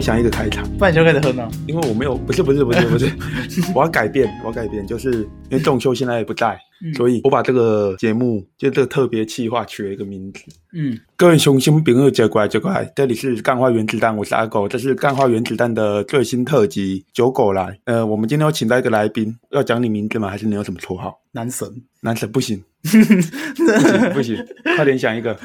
想一个开场，不然你就开始哼了。因为我没有，不是不是不是不是，我要改变，我要改变，就是因为仲秋现在也不在，嗯所以我把这个节目就这个特别企划取了一个名字。嗯，各位雄心炳二，接过来接过来，这里是干花原子弹，我是阿狗，这是干花原子弹的最新特辑《九狗来》。呃，我们今天有请到一个来宾，要讲你名字吗？还是你有什么绰号？男神。 男神不行，不行我不行，快点想一个。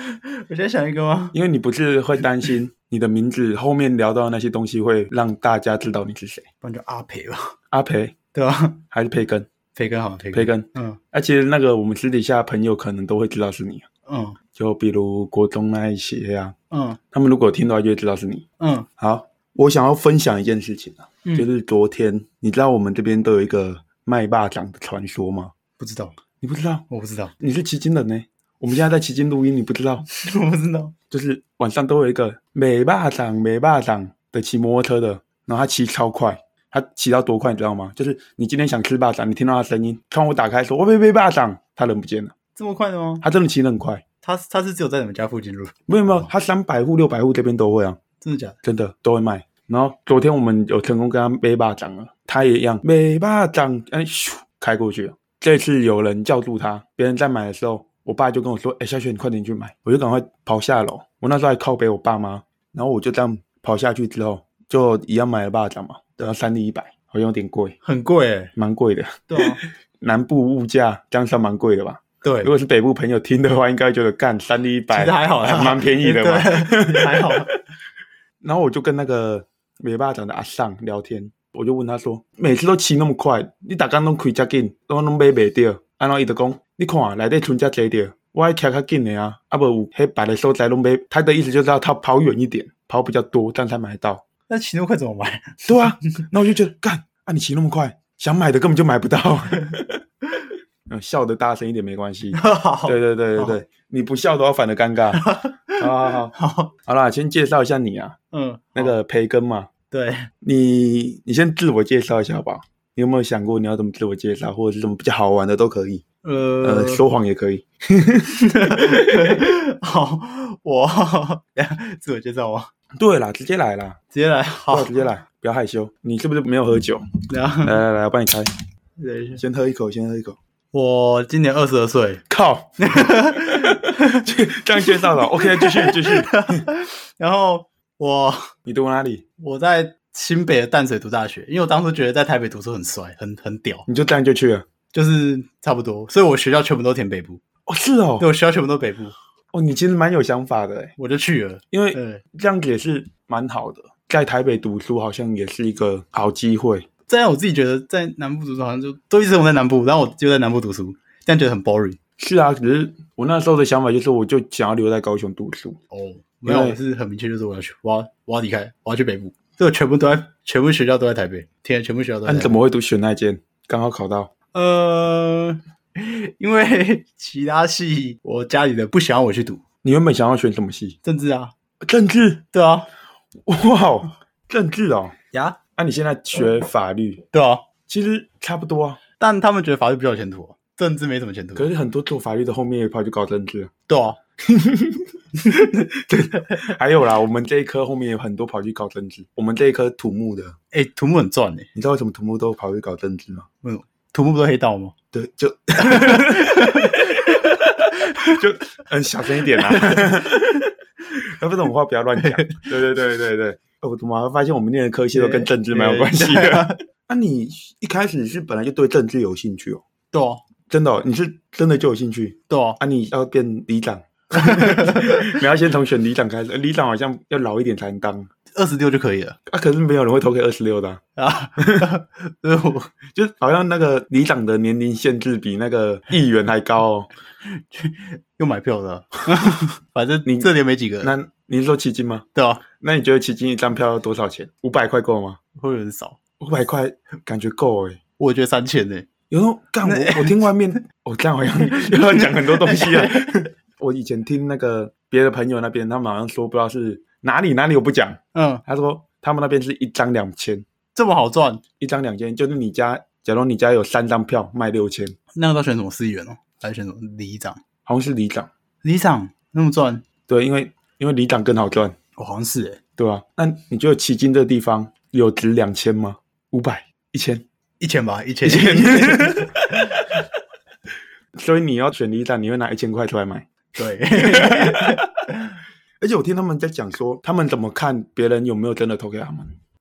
现在想一个吗？因为你不是会担心你的名字后面聊到那些东西会让大家知道你是谁？不然就阿培吧，阿培对吧？还是培根？培根好了，培培根。根。嗯啊，其实那个我们私底下朋友可能都会知道是你，啊嗯就比如国中那一些啊，嗯他们如果听到就会知道是你。嗯好，我想要分享一件事情啊，就嗯，是昨天你知道我们这边都有一个麦霸掌的传说吗？不知道，你不知道？我不 知道，你是旗津人呢、我们现在在旗津录音，你不知道？我不知道。就是晚上都有一个美霸掌、美霸掌的骑摩托车的，然后他骑超快，他骑到多快你知道吗？就是你今天想吃霸掌，你听到他声音，窗户打开说“我被被霸掌”，他人不见了，这么快的吗？他真的骑得很快。他他是只有在你们家附近录，没有没有，他三百户、六百户这边都会啊，真的假的？真的都会卖。然后昨天我们有成功跟他背霸掌了，他也一样背霸掌，哎咻开过去了。啊这次有人叫住他，别人在买的时候，我爸就跟我说：“哎，小雪，你快点去买。”我就赶快跑下楼。我那时候还靠背我爸妈，然后我就这样跑下去之后，就一样买了霸掌嘛，然后三粒一百，好像有点贵，很贵哎，蛮贵的。对 啊，南部物价这样算蛮贵的吧？对如。果是北部朋友听的话，应该觉得干三粒一百，其实还好啦，还蛮便宜的嘛。对，也还好。然后我就跟那个美霸掌的阿尚聊天，我就问他说：“每次都骑那么快，你逐工拢开遮紧，拢拢买袂着。”啊然后伊就讲：“你看内底剩遮济着，我爱骑较紧的啊，啊无有迄别的所在拢买。”他的意思就是要他跑远一点，跑比较多，这样才买得到。那骑那么快怎么买？对啊，那我就觉得干啊，你骑那么快，想买的根本就买不到。 嗯，笑的大声一点没关系。 好对对对对对，你不笑的话反而尴尬。好好好，好，好啦，先介绍一下你啊，嗯，那个培根嘛。对，你你先自我介绍一下吧。你有没有想过你要怎么自我介绍，或者是怎么比较好玩的都可以，呃，呃， 说谎也可以。好，我 自我介绍吗？对啦，直接来啦，直接来，好对，直接来，不要害羞。你是不是没有喝酒？然后来来来，我帮你开，等一下嗯先喝一口，先喝一口。我今年二十二岁， 靠，这这样介绍的，OK，继续继续。然后我你读哪里？我在新北的淡水读大学，因为我当初觉得在台北读书很帅，很很屌，你就这样就去了？就是差不多，所以我学校全部都填北部，哦，是哦对，我学校全部都北部，哦，你其实蛮有想法的诶，欸我就去了。因为对，这样子也是蛮好的，在台北读书好像也是一个好机会。这样我自己觉得在南部读书好像就都一直我在南部，然后我就在南部读书，这样觉得很 boring。是啊，只是我那时候的想法就是，我就想要留在高雄读书。哦，没有，因为我是很明确，就是我要去，我要我要离开，我要去北部，所以我全部都在，全部学校都在台北，天，全部学校都那、在你台北怎。么会读选那间？刚好考到呃，因为 其他系我家里人不想要我去读你原本想要选什么系？政治啊，政治？ 对啊，哇，政治哦！呀，那、你现在学法律，对啊，其实差不多啊。但他们觉得法律比较有前途哦，政治没什么前途，可是很多做法律的后面一跑就搞政治了，对啊，还有啦，我们这一科后面有很多跑去搞政治。我们这一科土木的，哎，土木很赚哎，你知道为什么土木都跑去搞政治吗？为什么？土木不是黑道吗？对，就就嗯，小声一点啦、啊。要不懂话不要乱讲。 对对对对对。哦，我怎么发现我们念的科系都跟政治蛮有关系对的？啊 那、你一开始是本来就对政治有兴趣哦？对啊，真的、哦，你是真的就有兴趣对啊，啊？你要变里长， 你要先从选里长开始，呃里长好像要老一点才能当二十六就可以了啊。可是没有人会投给二十六的啊、啊， 所以我就是好像那个里长的年龄限制比那个议员还高哦。又买票了， 反正你这里也没几个，那你是说奇金吗？对啊，那你觉得奇金一张票要多少钱？五百块够吗？会有人少，五百块感觉够诶、欸我觉得三千欸呢，有那种干我，我听外 面，我、这样好像又要讲很多东西啊。 我以前听那个别的朋友那边，他们好像说不知道是哪里哪里，我不讲。嗯，他说他们那边是一张两千，这么好赚，一张两千，就是你家，假如你家有三张票卖六千，那个要选什么市议员哦，还是选什么里长？好像是里长。里长那么赚，对，因为因为里长更好赚，我、好像是哎，对吧、那你觉得旗津这个地方有值两千吗？五百、一千？一千吧，一千一千所以你要选第一站，你会拿一千块出来买。 对，而且我听他们在讲说，他们怎么看别人有没有真的投给他们，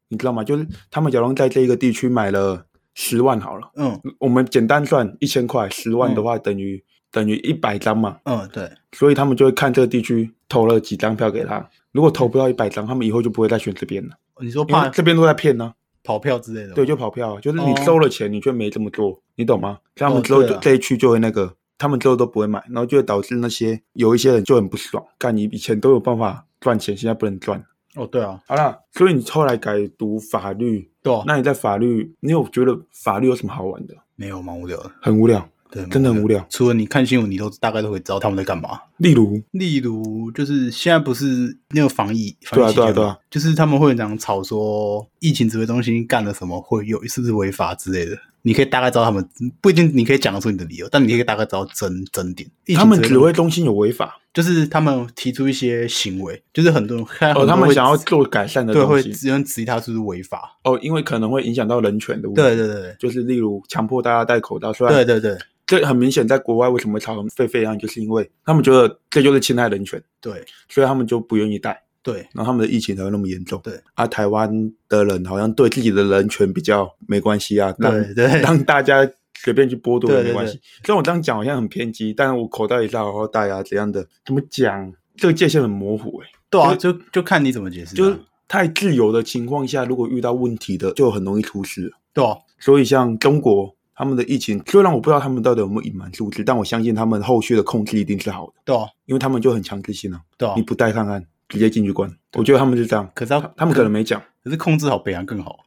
你知道吗？就是他们假如在这一个地区买了十万好了，嗯我们简单算一千块，十万嗯的话等于、等于一百张嘛，嗯，对，所以他们就会看这个地区投了几张票给他。如果投不到一百张，他们以后就不会再选这边了，哦你说因为嗯怕这边都在骗呢、跑票之类的，对，就跑票啊，就是你哦收了钱，你却没这么做，你懂吗？他们之后对就、啊这一区就会那个，他们之后都不会买，然后就会导致那些有一些人就很不爽，干你以前都有办法赚钱，现在不能赚。哦，对啊，好啦，所以你后来改读法律，对啊，那你在法律，你有觉得法律有什么好玩的？没有蛮无聊的，很无聊，对，真的很无聊。聊。除了你看新闻，你都大概都会知道他们在干嘛。例如，例如，就是现在不是那个防疫，对啊防疫期间对啊对啊嘛，就是他们会很常吵说疫情指挥中心干了什么，会有是不是违法之类的。你可以大概知道他们不一定，你可以讲得出你的理由，但你可以大概知道真真点。疫情他们指指挥中心有违法，就是他们提出一些行为，就是很多人看很哦，多他们会想要做改善的对东会西，只能质疑他是不是违法。哦，因为可能会影响到人权的问题。对对对就是例如强迫大家戴口罩，虽然对对对这很明显，在国外为什么吵得沸沸扬扬，就是因为他们觉得这就是侵害人权，对所以他们就不愿意戴，对然后他们的疫情才会那么严重。对啊，台湾的人好像对自己的人权比较没关系啊，让对对 让大家随便去剥夺也对对没关系。虽然我这样讲好像很偏激，但我口袋也是好好戴啊，怎样的？怎么讲？这个界限很模糊、欸，对啊，就是就就看你怎么解释啊，就是太自由的情况下，如果遇到问题的，就很容易出事。对啊，所以像中国他们的疫情，虽然我不知道他们到底有没有隐瞒数字，但我相信他们后续的控制一定是好的，对啊，因为他们就很强制性啊，对啊你。不戴看看，直接进去关。我觉得他们是这样，可是要他们可能没 讲可是控制好北洋更好，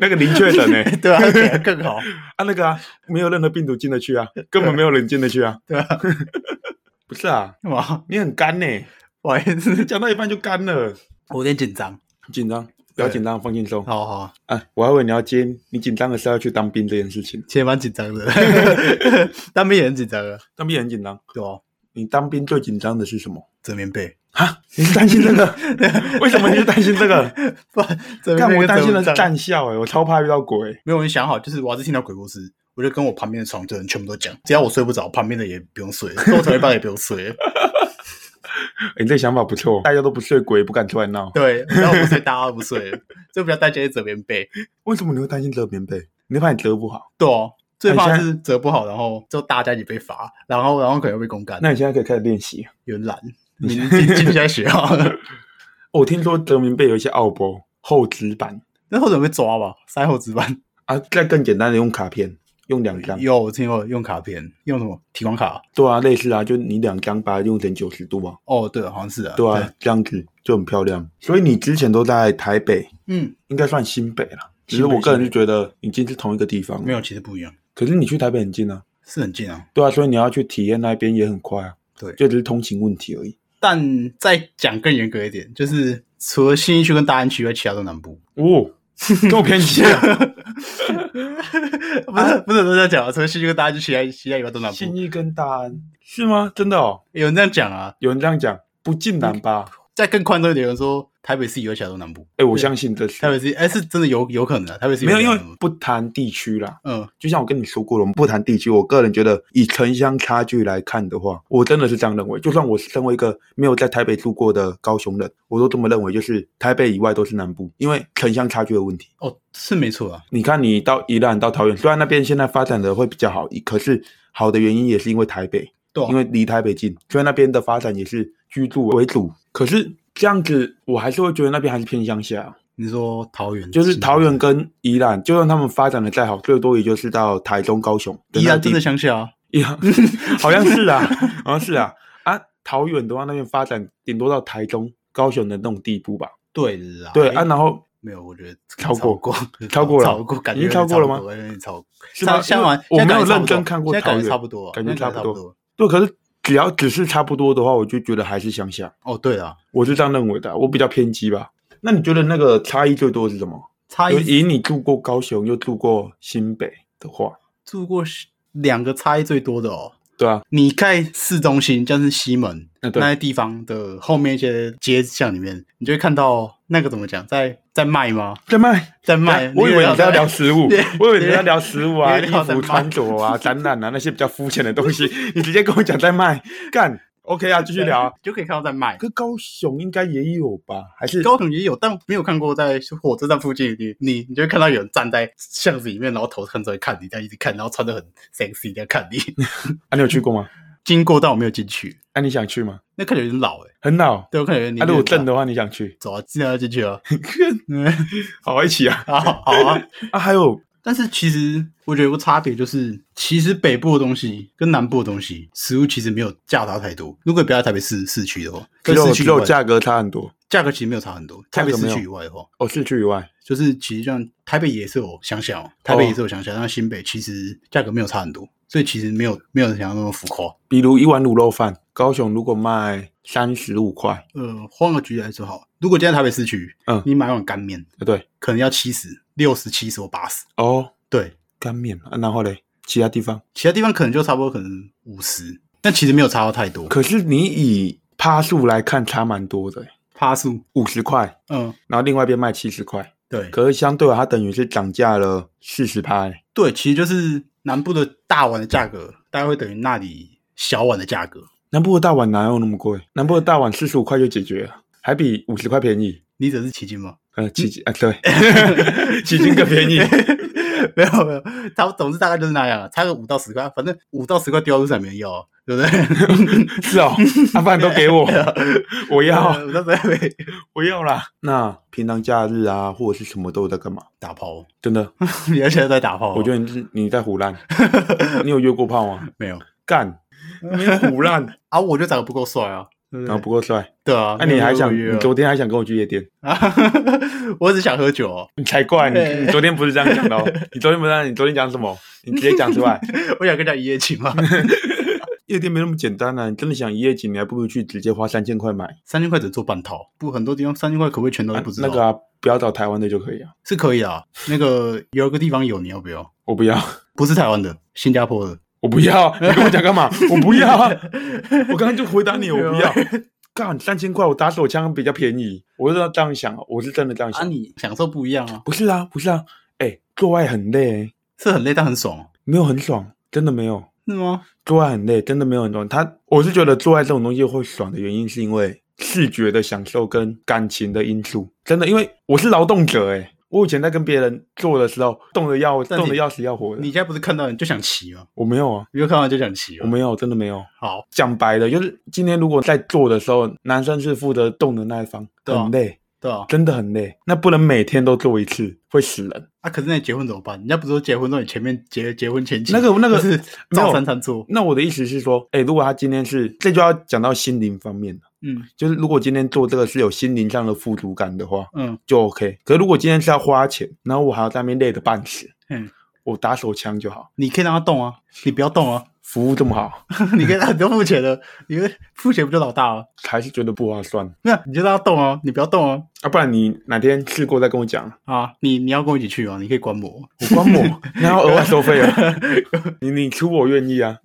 那个零确诊欸呢、 对啊，北洋更 好，啊那个啊，没有任何病毒进得去 啊，根本没有人进得去 啊，对啊，不是啊，干嘛？你很干呢、不好意思，讲到一半就干了，我有点紧张。紧张。不要对紧张，放轻松。好好，啊，我还以为你要接你紧张的是要去当兵这件事情，其实蛮紧张的， 当兵也很紧张啊，当兵也很紧张。对啊，你当兵最紧张的是什么？折棉被，啊，你是担心这个？ 为什么你是担心这 个？ 不，折棉但被我跟担心的是折蚊帐战校、欸，我超怕遇到鬼、没有人想好，就是我要是听到鬼故事，我就跟我旁边的床的人全部都讲，只要我睡不着，旁边的也不用睡，跟我同一班也不用睡。 欸你这想法不错，大家都不睡，鬼也不敢出来闹。对，然后我不睡，大家都不睡，所以不要带这些折棉被。为什么你会担心折棉被？你会怕你折不好？对哦，最那怕哎你现是折不好，然后就大家一起被罚，然后然后可能会被公干。那你现在可以开始练习。有人懒，你进进不下学校，哦我听说折棉被有一些奥波厚纸板 那后者被抓吧，塞后纸板。啊，再更简单的用卡片，用两张。有我听过用卡片，用什么提款卡？对啊，类似啊，就你两张把它用成九十度啊，哦，对，好像是啊。对啊，这样子就很漂亮。所以你之前都在台北，嗯，应该算新北了。只是新北我个人新就觉得已经是同一个地方了没，有，其实不一样，可是你去台北很近啊。是很近啊。对啊，所以你要去体验那边也很快啊。对就只是通勤问题而已。但再讲更严格一点，就是除了新一区跟大安区以外，其他都南部。哦，这么偏激 啊！ 不是不是都在讲啊，除了新一区跟大安区，其他其他以外都南信部。义跟大安是吗？真的哦，有人这样讲啊，有人这样讲，不尽然吧？再更宽松一点，有人说台北市以外其他都南部。哎、我相信这台是北市哎、是真的有有可能啊，台北市没有，因为可能不谈地区啦。嗯就像我跟你说过了，我们不谈地区，我个人觉得以城乡差距来看的话，我真的是这样认为。就算我身为一个没有在台北住过的高雄人，我都这么认为，就是台北以外都是南部，因为城乡差距的问题。哦是没错啊，你看，你到宜兰到桃园，虽然那边现在发展的会比较好，可是好的原因也是因为台北，对啊，因为离台北近，所以那边的发展也是居住为主。可是这样子，我还是会觉得那边还是偏乡下，啊你说桃园就是桃园跟宜兰，就算他们发展的再好，最多也就是到台中、高雄。宜兰真的像乡下啊， 宜兰， 好像是啊，好像是啊啊！桃园的话，那边发展顶多到台中、高雄的那种地步吧。对啦，对啊，然后没有，我觉得超过过， 超过了超过，感觉已经超过了吗有点超过是吗像像完，因为我没有现在感觉认真看过现在感桃觉园差不多，啊感觉现在差差不多多。对，可是只要只是差不多的话，我就觉得还是乡下。哦，对了，我是这样认为的啊，我比较偏激吧。那你觉得那个差异最多的是什么？差就异以你住过高雄又住过新北的话，住过是两个差异最多的哦，对啊，你在市中心，像是西门那啊对那些地方的后面一些街巷里面，你就会看到那个怎么讲，在在卖吗？在卖。在卖？啊我以为你在聊聊，食物对，我以为你在聊食物啊、对衣聊在服卖穿着啊、 展览啊那些比较肤浅的东西，你直接跟我讲在卖，干 OK 啊，继续聊啊。 就可以看到在卖。可高雄应该也有吧？还是高雄也有，但没有看过在火车站附近，你你你就会看到有人站在巷子里面，然后头很着看你，这样一直看，然后穿的很 sexy 这样看 你。啊？你有去过吗？经过，但我没有进去，啊，你想去吗？那看起来有点老哎、欸，很老。对我看起来有点啊，年纪如很果大。正的话，你想去？走啊，尽量要进去啊。嗯， 好啊，一起啊！好好啊。啊，还有但是其实我觉得有个差别就是，其实北部的东西跟南部的东西，食物其实没有价差太多。如果不要台北市市区的话，跟肉市区以肉外价格差很多。价格其实没有差很多。价台格北没有市区以外的话，哦，市区以外，就是其实像台北也是有乡下哦，台北也是有乡下，但新北其实价格没有差很多，所以其实没有没有想象那么浮夸。比如一碗卤肉饭，高雄如果卖三十五块，呃，换个举例来说好了，如果今天台北市区，嗯你买碗干面啊对，可能要七十六十七十或八十，哦，对，干面，啊然后嘞，其他地方，其他地方可能就差不多可能五十，但其实没有差到太多。可是你以趴数来看，差蛮多的，欸趴数，五十块，嗯，然后另外一边卖七十块，对，可是相对啊它等于是涨价了四十趴，欸对，其实就是南部的大碗的价格大概会等于那里小碗的价格。南部的大碗哪有那么贵？南部的大碗四十五块就解决了，还比五十块便宜。你只是奇经吗？ 呃，起斤啊，对，起斤更便宜。没有没有，它总之大概就是那样，啊差个五到十块，反正五到十块丢到路上没人要啊，对 不对？是哦，阿饭都 给我，我要，啊啊五到十块没我要啦。那平常假日啊，或者是什么都有在干嘛？打炮，真的，你而且在打炮，啊我觉得你是你在胡乱。你有约过炮吗？没有 干，你胡乱，啊，我就长得不够帅啊，对然后不不够帅。对啊，那你还想，没有你约昨天还想跟我去夜店？啊？ 我只想喝酒哦，你才怪！你对你昨天不是这样讲的哦，你昨天不是这样，你昨天讲什么？你直接讲出来。我想跟人家一夜情嘛， 夜店没那么简单啊！你真的想一夜情，你还不如去直接花三千块买、三千块只做半套，不很多地方三千块可不可以全都啊不知道？那个、啊，不要找台湾的就可以啊。是可以啊，那个有一个地方有，你要不要？我不要，不是台湾的，新加 坡的。我不要，你跟我讲干嘛？我不要啊！ 我刚刚就回答你，我不要没。 干三千块，我打手枪比较便宜，我是这样想，我是真的这样啊，想。你享受不一样啊，不是啊，不是啊，哎、做爱很累、是很累但很爽哦，没有很爽，真的没有。是吗？做爱很累，真的没有很爽。他我是觉得做爱这种东西会爽的原因，是因为视觉的享受跟感情的因素。真的，因为我是劳动者诶、我以前在跟别人做的时候，动的要但你动的要死要活的你。现在不是看到人就想骑吗？我没有啊，你就看到人就想骑我吗？没有，真的没有。好，讲白的，就是今天如果在做的时候，男生是负责动的那一方，对啊很累，对啊，真的很累。那不能每天都做一次，会死人。啊，可是那你结婚怎么办？人家不是说结婚都你前面结结婚前期那个那个就是没有照三餐做，那我的意思是说，哎、如果他今天是，这就要讲到心灵方面了。嗯就是如果今天做这个是有心灵上的富足感的话，嗯就 OK。可是如果今天是要花钱，然后我还要在那边累得半死，嗯，我打手枪就好，你可以让他动啊，你不要动啊， 服务这么好，你可以让他不用付钱的，你付钱不就老大了？还是觉得不划算那你就让他动啊，你不要动啊啊！不然你哪天试过再跟我讲，啊！你你要跟我一起去啊，你可以观摩。我观摩，那要额外收费啊！你你出我愿意啊！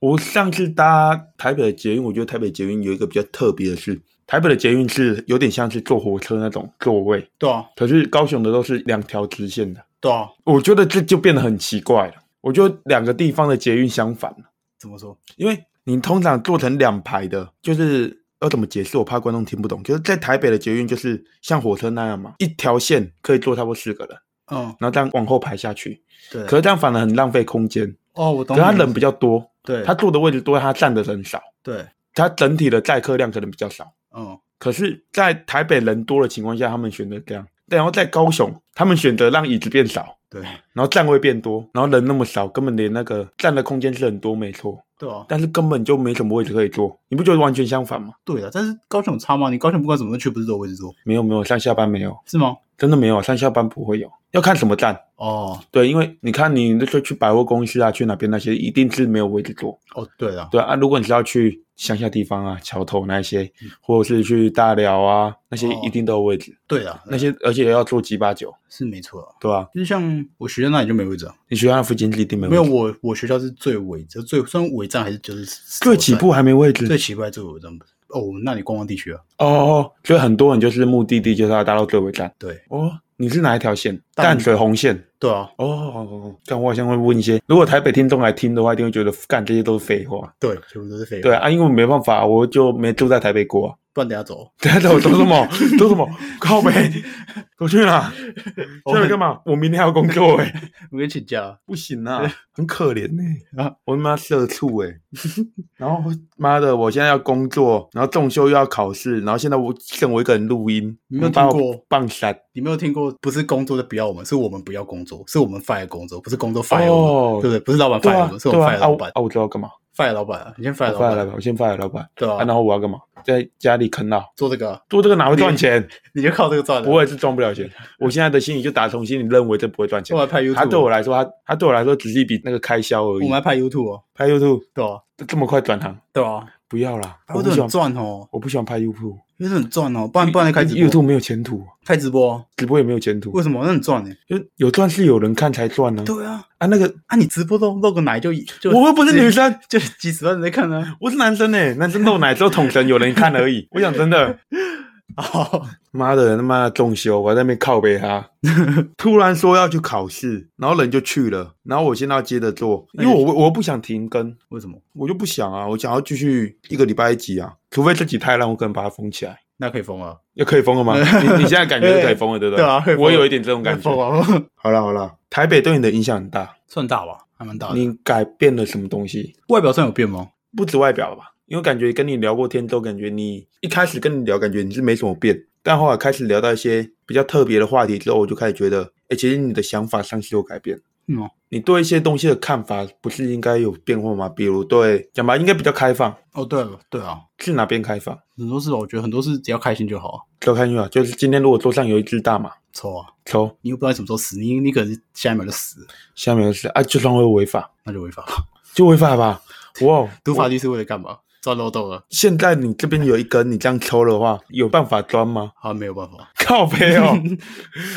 我上次搭台北的捷运，我觉得台北捷运有一个比较特别的是，台北的捷运是有点像是坐火车那种座位，对啊，可是高雄的都是两条直线的，对啊，我觉得这就变得很奇怪了。我觉得两个地方的捷运相反，怎么说？因为你通常做成两排的，就是要怎么解释？我怕观众听不懂。就是在台北的捷运，就是像火车那样嘛，一条线可以坐差不多四个人，嗯，然后这样往后排下去。对。可是这样反而很浪费空间。哦，我可懂你是的意他思。人比较多，对，他坐的位置多，他站的人少，对，他整体的载客量可能比较少。嗯，可是，在台北人多的情况下，他们选择这样。然后在高雄，他们选择让椅子变少，对，然后站位变多，然后人那么少，根本连那个占的空间是很多，没错，对啊，但是根本就没什么位置可以坐。你不觉得完全相反吗？对啊。但是高雄有差吗？你高雄不管怎么都去，不是都有位置坐，没有没有，上下班没有，是吗？真的没有，上下班不会有，要看什么站。哦对，因为你看你那时候去百货公司啊，去哪边那些一定是没有位置坐。哦，对了，对啊，如果你是要去乡下地方啊，桥头那一些，或者是去大寮啊，那些嗯哦一定都有位置。对了，那些而且要坐几八九，是没错啊。对吧、啊？就是像我学校那里就没位置啊，你学校附近是一定没位没有置，我我学校是最尾，就最虽然尾站还是就是最起步还没位置。最起步还是最尾站。哦，那你观光地区啊？哦哦，所以很多人就是目的地就是要达到最尾站。对哦，你是哪一条线？淡淡水红线。对啊，哦哦，哦哦干我好像会问一些，如果台北听众来听的话，一定会觉得干这些都是废 话。对，全部都是废话。对，啊，因为我没办法，我就没住在台北 过、啊。不然等下走。等一下我说什么？说什么？靠 北，我去哪？我去哪干嘛？我明天还要工作哎、我跟你请假，哦不行啊，很可怜呢、啊啊！我他妈社畜哎、 然后妈的，我现在要工作，然后仲修又要考试，然后现在我剩我一个人录音，你没有把我听过棒杀你没有听过？不是工作的不要我们，是我们不要工作，是我们 fire 工作，不是工作 fire 我们，哦对不对？不是老板对 fire 我啊，们，是我对们啊， fire 啊老我板啊，我知道干嘛，fire 老板啊，你先 fire 我老，fire 老板啊，板，我先 fire 老板对啊，然啊，后我要干嘛？在家里啃老，做这个啊做这个哪会赚钱？你就靠这个赚了。我也是赚不了钱。我现在的心里就打从心里认为这不会赚钱我。还拍 YouTube，它对我来说，它它对我来说只是一笔那个开销而我们已。还拍 YouTube 哦，拍 YouTube 对啊，这么快转行，对啊，不要啦，拍我不喜 YouTube 欢很，赚哦我不喜欢拍 YouTube。 ，YouTube 很赚哦，不然不然就开直播 YouTube 没有前途，开直播啊，直播也没有前途为。什么？那很赚呢？有有赚是有人看才赚呢、对啊，啊，那个啊，你直播露露个奶就就我又不是女生，生，就几十万人在看啊。 我是男生呢、男生露奶之后捅神有人看而已。我讲真的，哦，妈的，他妈的中修，我还在那边靠背 他，突然说要去考试，然后人就去了，然后我现在要接着做，因为我我不想停更，为什么？我就不想啊，我想要继续一个礼拜一集啊，除非这集太烂，我可能把它封起来。那可以封啊，也可以封 了吗？你你现在感觉是可以封了，对不对？对啊可以封我有一点这种感可以觉。封啊，好了好了，台北对你的影响很大， 算大吧，还蛮大的。你改变了什么东西？外表算有变吗？不止外表了吧？因为感觉跟你聊过天之后，感觉你一开始跟你聊，感觉你是没什么变，但后来开始聊到一些比较特别的话题之后，我就开始觉得，哎、其实你的想法上是有改变。嗯哦你对一些东西的看法不是应该有变化吗？比如对讲吧，应该比较开放，哦，对了，对啊，是哪边开放？很多事我觉得很多事只要开心就好啊，就看去啊，就是今天如果桌上有一支大麻抽啊，抽，你又不知道你什么时候死，你你可能下一秒就死了，下面有事啊，就算会违法，那就违 法了。就违法 吧。哇，读法律是为了干嘛？抓漏洞啊了，现在你这边有一根，你这样抽的话，有办法钻吗？ 好像没有办法。靠背 哦，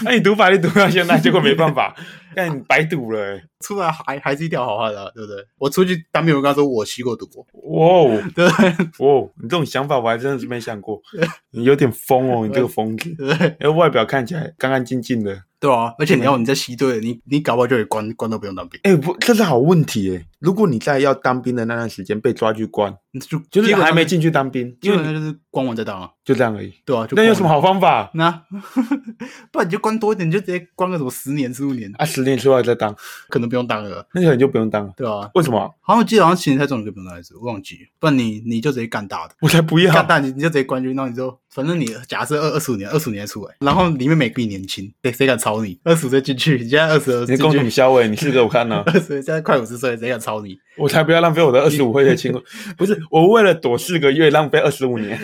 那、你读法律读到现在，结果没办 法，那哎你白读了、欸。出来还还是一条好汉啊，对不对？我出去当面，我跟他说我吸过毒，哇哦 对不对？哇哦，你这种想法我还真的是没想过，你有点疯 哦，你这个疯子。对不对？因为外表看起来干干净净的，对啊，而且你要你在吸对，你你搞不好就得关关都不用当兵，哎、不，这是好问题哎、如果你在要当兵的那段时间被抓去关，你就就是还没进，进去当兵，基因为本上就是关完再当啊，就这样而已。对啊，就那有什么好好？方法那 不然你就关多一点，你就直接关个什么十年、十五年，啊？十年之后再当， 可能不用当了，那可能就不用当了。对啊，为什么？好像我记得好像刑太重，你可以不用当一次，我忘记了，不然你你就直接干大的。我才不要！干大你你就直接关进去，然后你就反正你假设二二十五年，二十五年出来，然后里面每个比你年轻，谁谁敢超你？二十五岁进去，你现在二十二，你进供什去么消委？你试给我看呢、二十岁，现在快五十岁，谁敢超你？ 我才不要浪费我的二十五岁的青春。 不是，我为了躲四个月，浪费二十五年。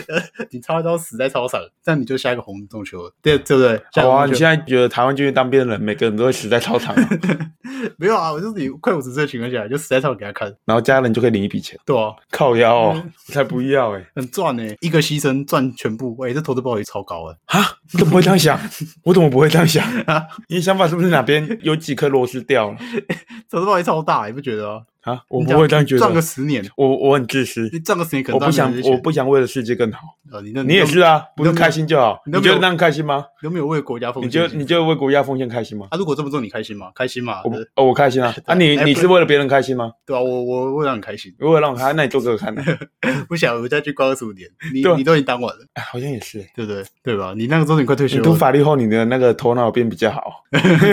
你超一刀死在操场，这样你就下一个红中球了，对对不对？下一 好个啊，红你中现球在觉得台湾进去当兵的人，每个人都会死在操场 啊、没有啊？我就是你快五十岁的情况下，就死在操场给他看，然后家人就可以领一笔钱，对啊，靠腰哦嗯，我才不要哎、很赚呢、一个牺牲赚全部，喂、这投资报酬率超高哎、啊，你怎么会这样想？ 我怎么不会这样想？啊你的想法是不是哪边有几颗螺丝掉了投资报酬率超大、你不觉得啊？啊？我你不会这样觉赚个得，十年，我我很自私你，赚个十年可能我不想赚没有这些我钱不想为了世界更好。呃，你那你也是啊，啊，你不都是没有开心就好。你你都没有觉得那样开心吗？你都没有为国家奉你献就精神，你就为国家奉献开心吗？啊，如果这么做你开心吗？开心嘛，我对哦，我开心啊！啊你，哎你不是为了别人开心吗？对啊，我我我让你开心， 如果让我开，那你做给我看啊 的、不想我再去关二十五年，你对啊你都已经当完了，哎好像也是、对不对？对吧？你那个时候你快退休你了，读法律后，你的那个头脑变比较好。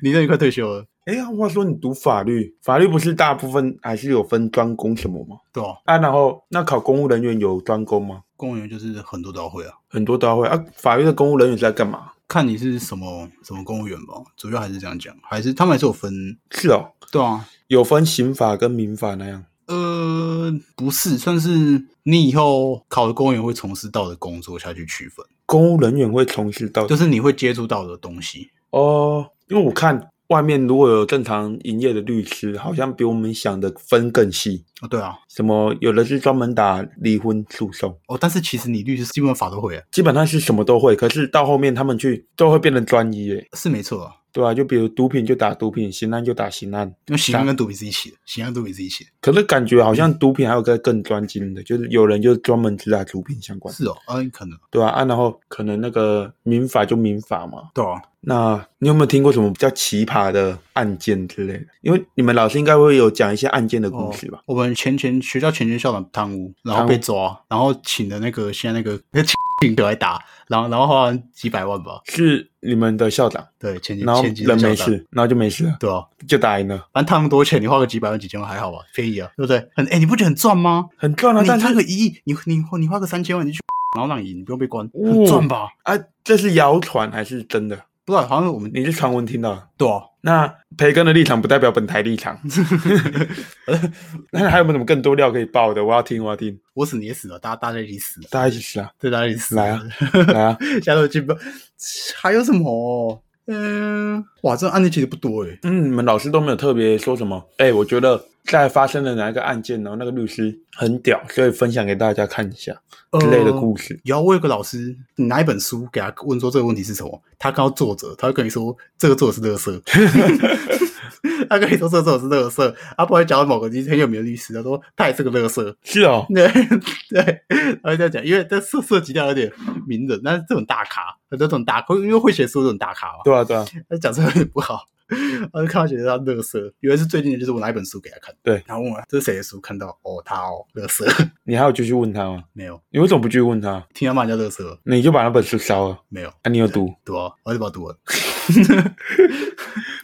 你那你快退休了，哎呀，话说你读法律，法律不是大部分还是有分专攻什么吗？对啊，啊，然后那考公务人员有专攻吗？公务员就是很多都要会啊，很多都要会啊。法律的公务人员是在干嘛？看你是什么什么公务员吧，主要还是这样讲，还是他们还是有分，是哦，对啊，有分刑法跟民法那样。呃，不是，算是你以后考的公务员会从事到的工作下去区分，公务人员会从事到就是你会接触到的东西。哦，因为我看外面如果有正常营业的律师，好像比我们想的分更细，哦，对啊，什么有的是专门打离婚诉讼，哦，但是其实你律师基本法都会啊，基本上是什么都会，可是到后面他们去都会变得专一，诶，是没错啊，对啊，就比如毒品就打毒品，刑案就打刑案，因为刑案跟毒品是一起的，刑案跟毒品是一起的。可是感觉好像毒品还有个更专精的，就是有人就专门只打毒品相关，是哦，嗯、可能，对啊，啊，然后可能那个民法就民法嘛，对啊，那你有没有听过什么比较奇葩的案件之类的？因为你们老师应该会有讲一些案件的故事吧？哦我们前前学校前前校长贪污，然后被抓，然后请的那个现在那个那个请给来打，然后然后花了几百万吧，是你们的校长，对，前前然后前几任人没校长，事，然后就没事了，对啊，就打赢了，反正贪那么多钱，你花个几百万几千万还好吧，便宜啊，对不对？很哎、你不觉得很赚吗？很赚啊！你但贪是个一亿，你你你花个三千万，你去然后让你赢，你不用被关，哦很赚吧？啊，这是谣传还是真的？不知啊道，好像我们你是传闻听到的。对啊，那培根的立场不代表本台立场。 那还有没有什么更多料可以爆的？我要听，我要听，我死你也死了，大家大家一起死了，大家一起吃啊！对，大家一起死来了 啊，来啊！下头进步，还有什么？嗯、哇，这案例其实不多欸诶、嗯，你们老师都没有特别说什么？哎、我觉得在发生了哪一个案件，然后那个律师很屌，所以分享给大家看一下之类哦的故事。然后呃我有个老师，你拿一本书给他问说这个问题是什么，他看到作者，他会跟你说这个作者是乐色， 他跟你说这个作者是乐色，他不会讲到某个很有名的律师，他说他也是个乐色，是哦， 对对，他会这样讲，因为这涉涉及到有点名人，但是这种大咖，这种大咖，因为会写书的这种大咖嘛，对啊，对啊，他讲出来有点不好，我就看到觉得他乐色，原来是最近的就是我拿一本书给他看，对，然后问我这是谁的书，看到哦他哦乐色，你还有继续问他吗？没有你为什么不继续问他？听他骂人家乐色，你就把那本书烧了，没有啊，你有毒？读啊，我就把它读完，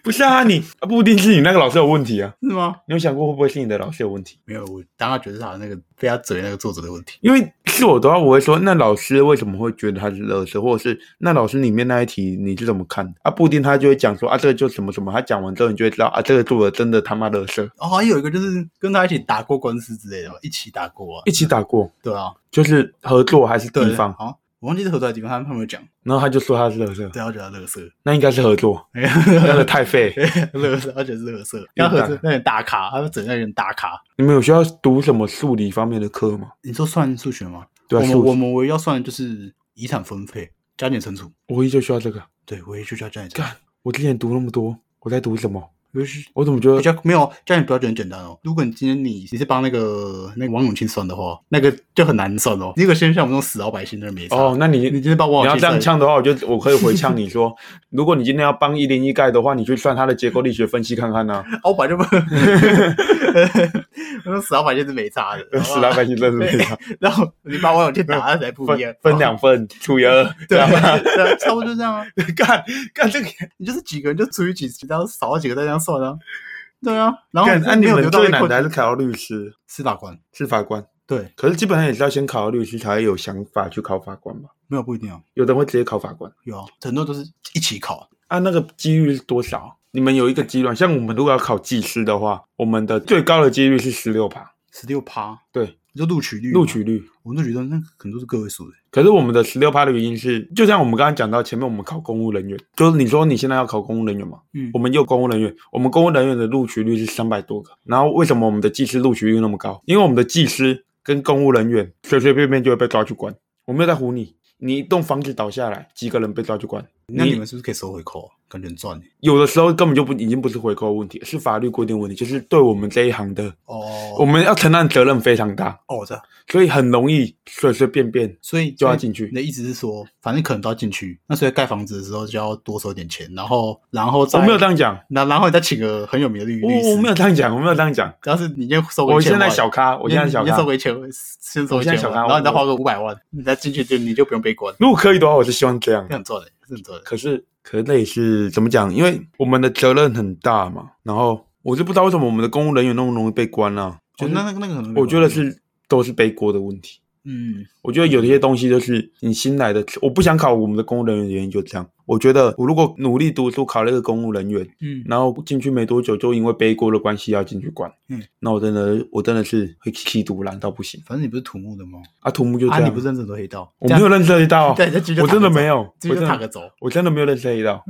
不是啊，你啊不一定是你那个老师有问题啊。是吗？你有想过会不会是你的老师有问题？没有，我当他觉得他那个被他嘴那个作者的问题，因为是我的话，我会说，那老师为什么会觉得他是垃圾，或者是那老师里面那一题你是怎么看的？啊，不一定他就会讲说啊，这个就什么什么，他讲完之后你就会知道啊，这个作者真的他妈垃圾。哦，好像有一个就是跟他一起打过官司之类的吧，一起打过啊，一起打过，对啊，就是合作还是对地方？好。我忘记是合作的地方，他们他们有讲，然后他就说他是垃圾，对，他觉得他乐色，那应该是合作，那个太废。乐色，他觉得是乐色，他合作那点大咖，他们整个人大咖。 你们有需要读什么数理方面的课吗？你说算数学吗？对啊，我们数我我们唯一要算的就是遗产分配、加减乘除。我一就需要这个。对，唯一就叫加减乘除干。我之前读那么多，我在读什么？尤其是我怎么觉比得较没有啊加减不要觉得很简单哦。如果你今天你你是帮那个那个王永庆算的话，那个就很难算哦。那个先像我们这种死老百姓那没差。哦？那你你今天帮王你要永庆这样算，呛的话，我就我可以回呛你说， 如果你今天要帮一零一盖的话，你去算它的结构力学分析看看呐、啊。老板就不， 那种死老百姓是没差 的。死老百姓真是这样，姓，然后你把王永庆打，那才不一样啊哦分。分两份除以二，知对道啊，吗？ 对啊，差不多就这样啊。干干这个，你就是几个人就除以几，然后少了几个再这样算啊。对啊，然后干哦那、你你没有们留到最那难个的还是考到律师、司法官。是法官。对，可是基本上也是要先考到律师，才会有想法去考法官吧？没有不一定啊，有的人会直接考法官有啊，很多都是一起考。啊，那个几率是多少？你们有一个几率，像我们如果要考技师的话，我们的最高的几率是十六趴，十六趴，对，就录取率嘛，录取率。我们录取率那很多是个位数的，可是我们的十六趴的原因是，就像我们刚刚讲到前面，我们考公务人员，就是你说你现在要考公务人员嘛，嗯我们有公务人员，我们公务人员的录取率是三百多个，然后为什么我们的技师录取率那么高？因为我们的技师跟公务人员随随便便就会被抓去关，我没有在唬你，你一栋房子倒下来，几个人被抓去关？那你们是不是可以收回扣啊？感觉很赚欸有的时候根本就不已经不是回扣问题，是法律规定问题，就是对我们这一行的，我哦们要承担责任非常大，哦，这样，所以很容易随随便便所以就要进去你的意思是说，反正可能都要进去，那所以盖房子的时候就要多收点钱，然后然后我再没有这，样讲，然然后你再请个很有名的律律我我师没。有这样讲，我没有这样讲。要是你先收回我千现万，在小咖，我现在你小先咖收。回千万，先收我回现在千小万，咖然后你再我花个五百万，你再进去就你就不用被关，如果可以的话，我是希望这样那。很赚的，是很赚欸的。可是，可是那也是怎么讲？因为我们的责任很大嘛。然后，我就不知道为什么我们的公务人员那么容易被关了、啊。就就是那那个那个可能没我觉得关系，是都是背锅的问题。嗯，我觉得有些东西就是你新来的，我不想考我们的公务人员的原因就这样。我觉得我如果努力读书考了一个公务人员，嗯然后进去没多久就因为背锅的关系要进去关，嗯，那我真的我真的是会吸毒懒到不行反正你不是土木的吗？啊！土木就这啊，样，你不是认真的黑道？我没有认识黑道，对这局就我真的躺着没有，这我真样这就的躺着走。我真的没有认识黑道，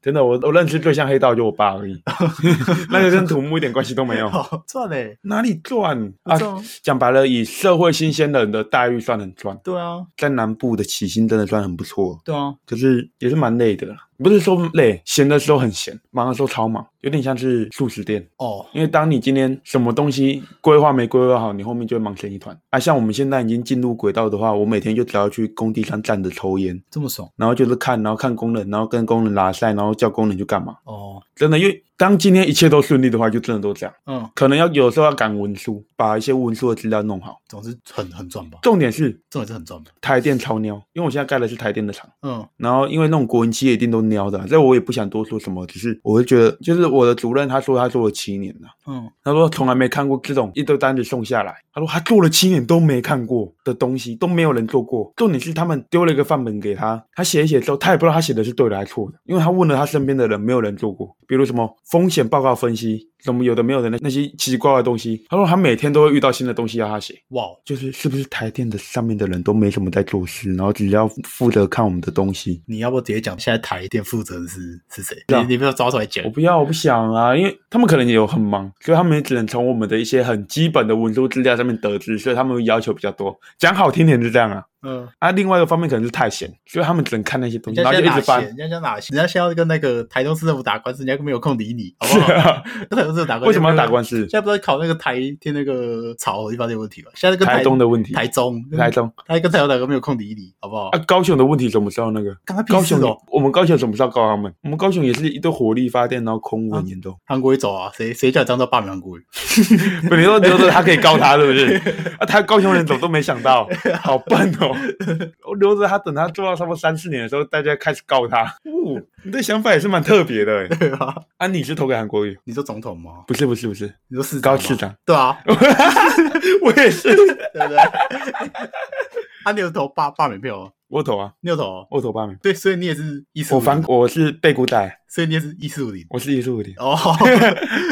真的我我认识最像黑道就我爸而已，那个跟土木一点关系 都没 有。好哦赚嘞！哪里赚不啊赚啊？讲白了，以社会新鲜人的待遇算很赚，对啊，在南部的起薪真的算很不错，对啊，可是也是蛮累的啦。不是说累，闲的时候很闲，忙的时候超忙，有点像是素食店。哦，因为当你今天什么东西规划没规划好，你后面就会忙成一团。啊，像我们现在已经进入轨道的话，我每天就只要去工地上站着抽烟，这么爽然后就是看，然后看工人，然后跟工人拉塞，然后叫工人去干嘛。哦，真的，因为当今天一切都顺利的话，就真的都这样。嗯，可能要有时候要赶文书，把一些文书的资料弄好。总之很很赚吧，重点是重点是很赚吧，台电超尿，因为我现在盖的是台电的厂，嗯然后因为那种国营企业一定都尿的啊，这我也不想多说什么，只是我会觉得，就是我的主任他说他做了七年了、嗯，他说从来没看过这种一堆单子送下来。他说他做了七年都没看过的东西，都没有人做过。重点是他们丢了一个范本给他，他写一写之后，他也不知道他写的是对的还是错的，因为他问了他身边的人，没有人做过。比如什么风险报告分析，什么有的没有的那那些奇奇怪怪的东西。他说他每天都会遇到新的东西要他写，哇哦，就是是不是台电的上面的人都没怎么在做事，然后只要负责看我们的东西。你要不要直接讲现在台电负责人是是谁？对啊你你不要抓出来讲我，不要，我不想啊，因为他们可能也有很忙，所以他们也只能从我们的一些很基本的文书资料上面得知，所以他们要求比较多。讲好听点是这样啊，嗯，啊，另外一个方面可能是太闲，所以他们只能看那些东人西，然家后现就一在直哪翻闲，。 人家现在哪闲，人家现在要跟那个台中市政府打官司，人家根本没有空理你，好不好？跟台中市政府打官司啊 为什么要打司？官司现？在不是考那个台天那个草的地方有问题吧？现在跟台东的问题，台中台中他跟台中打官没有空理你，好不好啊？，高雄的问题什么时候那个？刚刚高屁事雄哦，，我们高雄什么时候告他们？我们高雄也是一堆火力发电，然后空污很严重。韩国瑜走啊，谁谁叫你当做罢免韩国瑜？ 不，你说你说他可以告他，对不 是？啊，他高雄人怎么都没想 到，好笨哦！我留着他，等他做到差不多三四年的时候，大家开始告他。哦，你的想法也是蛮特别的哎。对啊，啊，你是投给韩国瑜？你说总统吗？不是，不是，不是，你说市长高吗市？长。对啊，我也是，对不对？ 啊，你有投罢罢免票吗？我投啊，你有投哦？我投罢免。对，所以你也是一四我五反零，我是被鼓仔，所以你也是一四五零我是艺术 的，哦，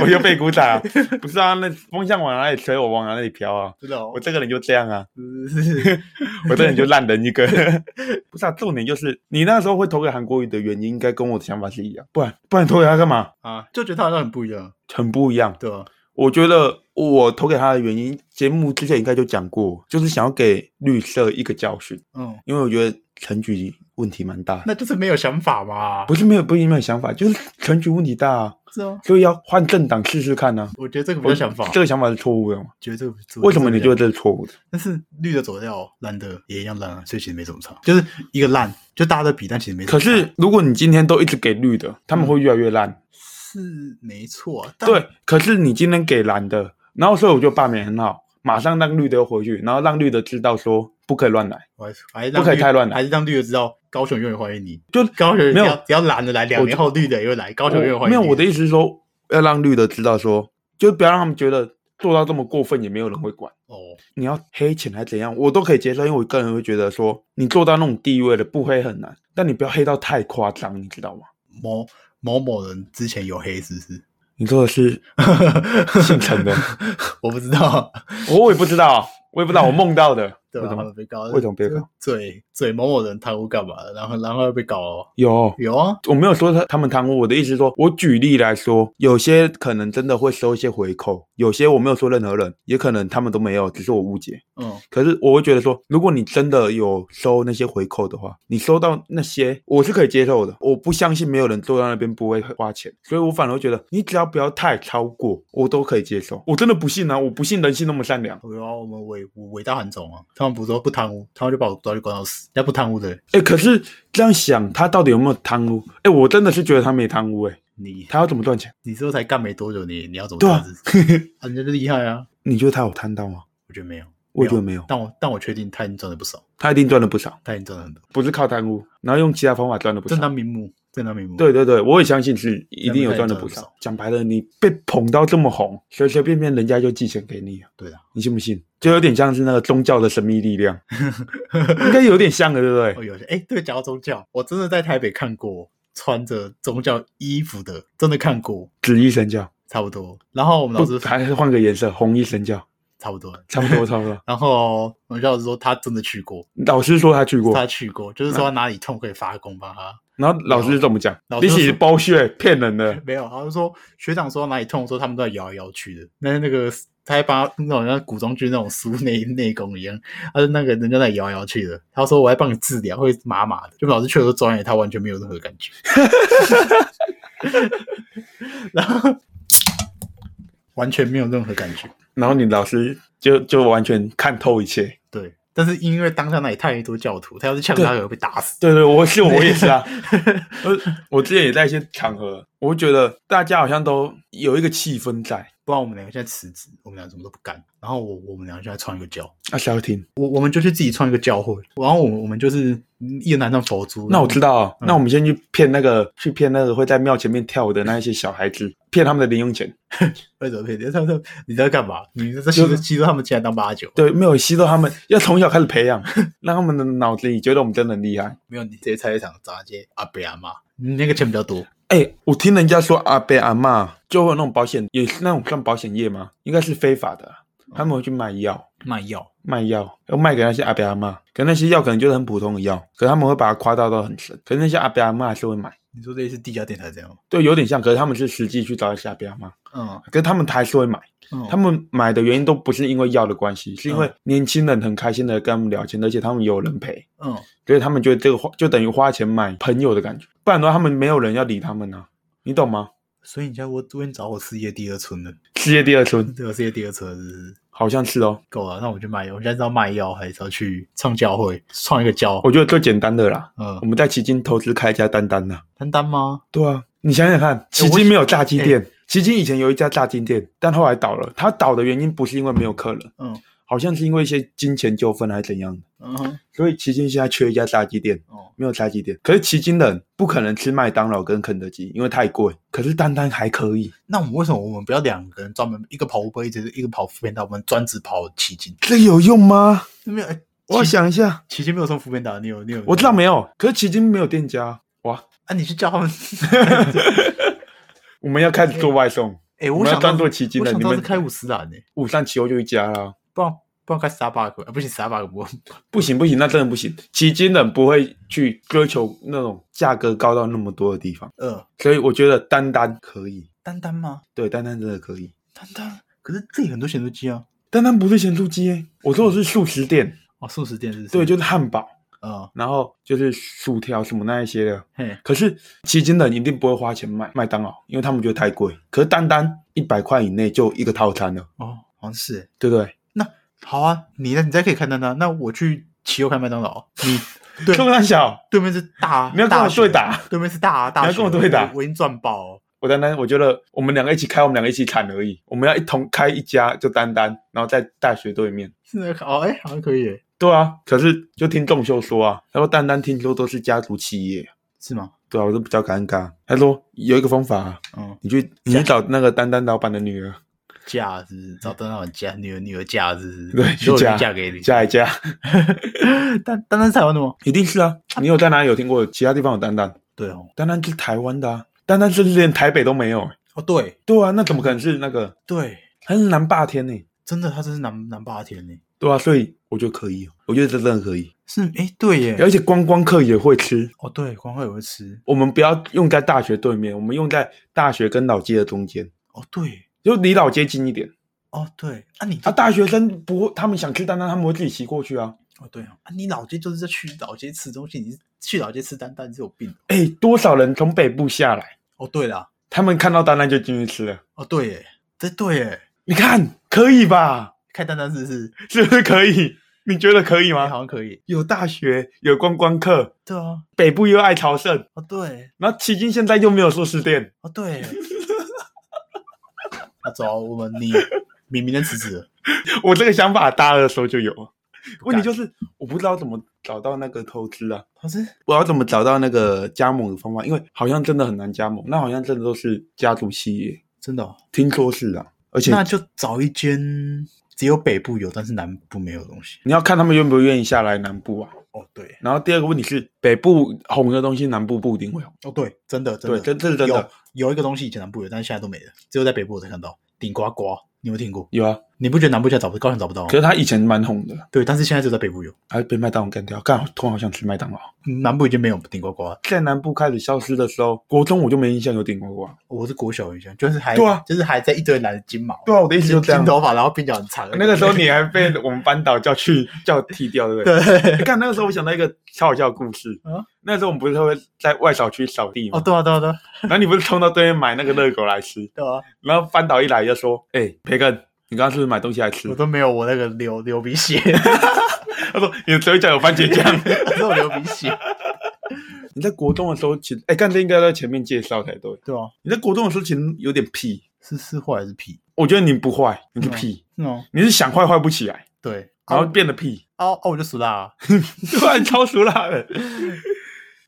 我就被鼓仔啊。不是啊，那风向往哪里吹，我往哪里飘啊。真的哦我，这个人就这样啊，是是是我这人就烂人一个。 不是啊，重点就是你那时候会投给韩国瑜的原因，应该跟我的想法是一样，不然不然投给他干嘛？啊，就觉得他好像很不一样，很不一样。对吧？我觉得我投给他的原因，节目之前应该就讲过，就是想要给绿色一个教训，嗯，因为我觉得陈局问题蛮大的。那就是没有想法嘛，不是没有不是没有想法，就是陈局问题大啊，是哦。所以要换政党试试看呢、啊。我觉得这个没有想法，嗯这个想法是错误的嘛？觉得这个为什么你觉得就？这是错误的？但是绿的走掉，蓝的也一样烂啊，所以其实没什么差，就是一个烂，就大家都比，但其实没什可么差。是如果你今天都一直给绿的，他们会越来越烂。是没错啊，但对，可是你今天给蓝的，然后所以我就罢免很好，马上让绿的又回去，然后让绿的知道说不可以乱来。我还是还是不可以让绿太乱了还是让绿的知道高雄永远欢迎你。就高雄没有只要只要蓝的来，两我年后绿的也会来，高雄永远我欢没迎有，你。我的意思是说，要让绿的知道说，就不要让他们觉得做到这么过分，也没有人会管。哦，你要黑钱还怎样，我都可以接受，因为我个人会觉得说，你做到那种地位的不黑很难，但你不要黑到太夸张，你知道吗？某某某人之前有黑是不是？ 你说的是，姓陈的，我不知道，我也不知道，我也不知道，我梦到的。对啊为吧？什他么们被告，为什么被告？嘴嘴某某人贪污干嘛的？然后然后又被告了。有？有啊，我没有说他他们贪污，我的意思是说，我举例来说，有些可能真的会收一些回扣，有些我没有说任何人，也可能他们都没有，只是我误解。嗯，可是我会觉得说，如果你真的有收那些回扣的话，你收到那些我是可以接受的。我不相信没有人坐在那边不会花钱，所以我反而会觉得你只要不要太超过，我都可以接受。我真的不信啊，我不信人性那么善良。有啊，我们伟伟大韩总啊，他们不是说不贪污，他们就把我抓去关到死，人家不贪污的，哎，可是这样想，他到底有没有贪污？哎，我真的是觉得他没贪污、诶哎，你他要怎么赚钱？你之后才干没多久，你你要怎么对啊知道自己 啊，人家就厉害啊，你觉得他有贪到吗？我觉得没有，我觉得没有但我但我确定他已经赚了不少，他一定赚了不少，他已经赚了很多，不是靠贪污，然后用其他方法赚了不正少当。名目，正大名目。，对对对，我也相信是一定有赚的不赚得不少。讲白了，你被捧到这么红，随随便便人家就寄钱给你，对的，你信不信？就有点像是那个宗教的神秘力量，应该有点像的，对不对？哦，有些哎，对，讲到宗教，我真的在台北看过穿着宗教衣服的，真的看过，紫衣神教，差不多。然后我们不老师还是换个颜色，红衣神教，差不多，差不多差不多。然后我们老师说他真的去过，老师说他去过，他去过，就是说他哪里痛可以发功帮他。然后老师怎么讲老？师你说是包血骗人的， 没有，他就说学长说哪里痛的时候，他们都在摇来摇去的。那那个他还把那种像古装剧那种苏内内功一样，他说那个人家在摇来摇去的。他说我来帮你治疗，会麻麻的。就老师去的时候抓你，他完全没有任何感觉。 然后完全没有任何感觉。然后你老师就就完全看透一切。对，但是因为当下那里太多教徒，他要是呛他，可能会被打死。对对，我是我也是啊。 我我之前也在一些场合，我觉得大家好像都有一个气氛在。不然我们两个现在辞职，我们俩什么都不干。然后我我们两个现在创一个教。啊，小婷，我我们就去自己创一个教会，然后我们我们就是一人拿上佛珠。那我知道，哦嗯那我们先去骗那个，去骗那个会在庙前面跳舞的那一些小孩子，骗他们的零用钱。为什么骗你？他说你在干嘛？你在吸就收吸收他们进来当八九？对，没有吸收他们，要从小开始培养， 让他们的脑子里觉得我们真的很厉害。没有，你直接菜市场找那些阿伯阿妈，你那个钱比较多。哎、我听人家说阿伯阿嬷就会有那种保险，也是那种算保险业吗？应该是非法的啊，他们会去卖药，卖药，卖药要卖给那些阿伯阿嬷，可那些药可能就是很普通的药，可他们会把它夸大到很深，可那些阿伯阿嬷还是会买，你说类似地下电台这样吗？对，有点像，可是他们是实际去找那些阿伯阿嬷，嗯，可是他们还是会买，嗯他们买的原因都不是因为药的关系，是因为年轻人很开心的跟他们聊天，而且他们有人陪，嗯，所以他们觉得这个花就等于花钱买朋友的感觉，不然的话他们没有人要理他们啊，你懂吗？所以你在我昨天找我事业第二春了，世界第二村对，我事业第二春是不是好像是哦，够了。那我去卖药，我现在是要卖药还是要去创教会，创一个教？我觉得最简单的啦，嗯我，们在奇经投资开一家丹丹呐、啊丹丹吗？对啊，你想想哎看，奇经没有炸鸡店，奇经以前有一家炸鸡店，但后来倒了。它倒的原因不是因为没有客人，嗯好像是因为一些金钱纠纷还是怎样的。嗯哼，所以奇经现在缺一家炸鸡店，哦，没有炸鸡店。可是奇经人不可能吃麦当劳跟肯德基，因为太贵。可是丹丹还可以，那我们为什么我们不要两个人专门一个跑乌龟，一直一个跑副片道，我们专职跑奇经？这有用吗？没有，哎我要想一下，奇经没有送副片道，你有你有，我知道没有，可是奇经没有店家哇。啊？你去叫 他们。我们要开始做外送，哎、我我们想要到当做奇经我人。想你到是们开五十兰呢，五三七后就一家啦。不然不然开 Starbucks，、啊、不行呃 Starbucks 不不行不行，那真的不行。奇经人不会去追求那种价格高到那么多的地方，呃，所以我觉得丹丹可以，丹丹吗？对，丹丹真的可以。丹丹，可是这里很多咸酥鸡啊，丹丹不是咸酥鸡耶，我说的是素食店，哦，素食店是不是？对，就是汉堡，嗯然后就是薯条什么那一些的。嘿，可是奇经人一定不会花钱买麦当劳，因为他们觉得太贵。可是丹丹一百块以内就一个套餐了，哦，好像是耶。对不对？好啊，你呢？你再可以看丹丹，那我去奇优看麦当劳，你对这么小，对面是 大，你要跟我大学对打，对面是大大学，你要跟我对打我我已经赚爆了。我单单我觉得我们两个一起开，我们两个一起砍而已。我们要一同开一家，就丹丹，然后在大学对面。是的，哦，哎、好像可以耶，对啊，可是就听仲秀说啊，他说单单听说都是家族企业，是吗？对啊，我就比较尴尬。他说有一个方法啊、嗯，你去你去找那个丹丹老板的女儿嫁是不是找到那种嫁女儿女儿嫁是不是？对去所有嫁人嫁给你。 嫁一嫁，丹丹丹是台湾的吗？一定是啊。你有在哪里有听过其他地方有丹丹？对哦，丹丹是台湾的啊，丹丹甚至连台北都没有欸、哦对对啊，那怎么可能是那个？对，他是南霸天呢、真的他真是南南霸天呢。对啊，所以我觉得可以哦，我觉得这真的可以，是哎对耶，而且观光客也会吃。哦对，光会有会吃，我们不要用在大学对面，我们用在大学跟老街的中间，哦对就离老街近一点。哦对，啊你这啊，大学生不会，他们想吃丹丹，他们会自己骑过去啊。哦对啊，啊你老街就是在去老街吃东西，你是去老街吃丹丹你是有病。哎，多少人从北部下来，哦对啦，他们看到丹丹就进去吃了。哦对耶，这对耶， 你看，可以吧？ 看丹丹是不是？是不是可以？你觉得可以哎吗？好像可以，有大学，有观光客，对啊，北部又爱朝圣，哦对然后迄今现在又没有素食店， 哦对 耶，那走啊，我们你明明天辞职了， 我这个想法大二的时候就有了。问题就是我不知道怎么找到那个投资啊，投资我要怎么找到那个加盟的方法？因为好像真的很难加盟，那好像真的都是家族企业，真的、哦，听说是啊。而且那就找一间只有北部有，但是南部没有的东西。你要看他们愿不愿意下来南部啊。哦，对，然后第二个问题是，北部红的东西，南部不一定会红。哦对，真的，真的，对这这是真的有有一个东西以前南部有，但是现在都没了，只有在北部我才看到顶呱呱，你有没有听过？有啊，你不觉得南部现在找不高雄找不到吗可？是他以前蛮红的，对，但是现在只有在北部有，还被麦当劳干掉。干，突然好想吃麦当劳。嗯南部已经没有顶呱呱了。在南部开始消失的时候，国中我就没印象有顶呱呱。我是国小以前，就是还对啊就是还在一堆人染金毛，对啊，我的意思就这样金。头发，然后鬓角很长。那个时候你还被我们班导叫去叫剃掉，对不对？对，你看那个时候我想到一个超好笑的故事啊那时候我们不是会在外小区扫地吗？哦，对啊，对啊，对啊，然后你不是冲到对面买那个热狗来吃，对啊，然后班导一来就说：“哎、培根，你刚刚是不是买东西来吃我？”都没有我那个流流鼻 血，他说：“你的嘴角有番茄 酱。我都有流鼻血，”你在国中的时候，其实哎，干、这应该在前面介绍才对。 对啊，你在国中的时候其实有点屁，是是坏还是屁？我觉得你不坏，你是屁，哦，你是想坏坏不起来，对，然后啊变得 屁，啊啊，我就死啦、啊，突然超熟辣的。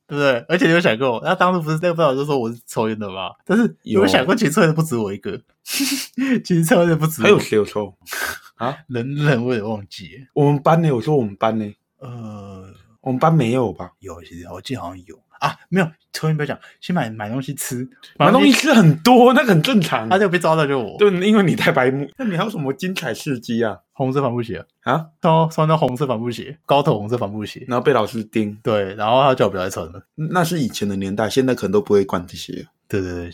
对不对？而且你有想过，那当初不是那个班长就说我是抽烟的吗？但是你有啊没有有想过，其实抽烟的不止我一个， 其实抽烟的不止 我还有谁有抽？人人我也忘记了，我们班呢？有说我们班呢？呃，我们班没有吧？有，其实我记得好像有啊，没有抽烟不要讲，先买买东西吃，买东西吃很多，那个很正常。他就被抓到就是我，对，因为你太白目。啊那你还有什么精彩事迹啊？红色帆布鞋，啊？穿穿那红色帆布鞋，高头红色帆布鞋，然后被老师盯，对，然后他叫我不要再穿了。那是以前的年代，现在可能都不会管这些。对对对，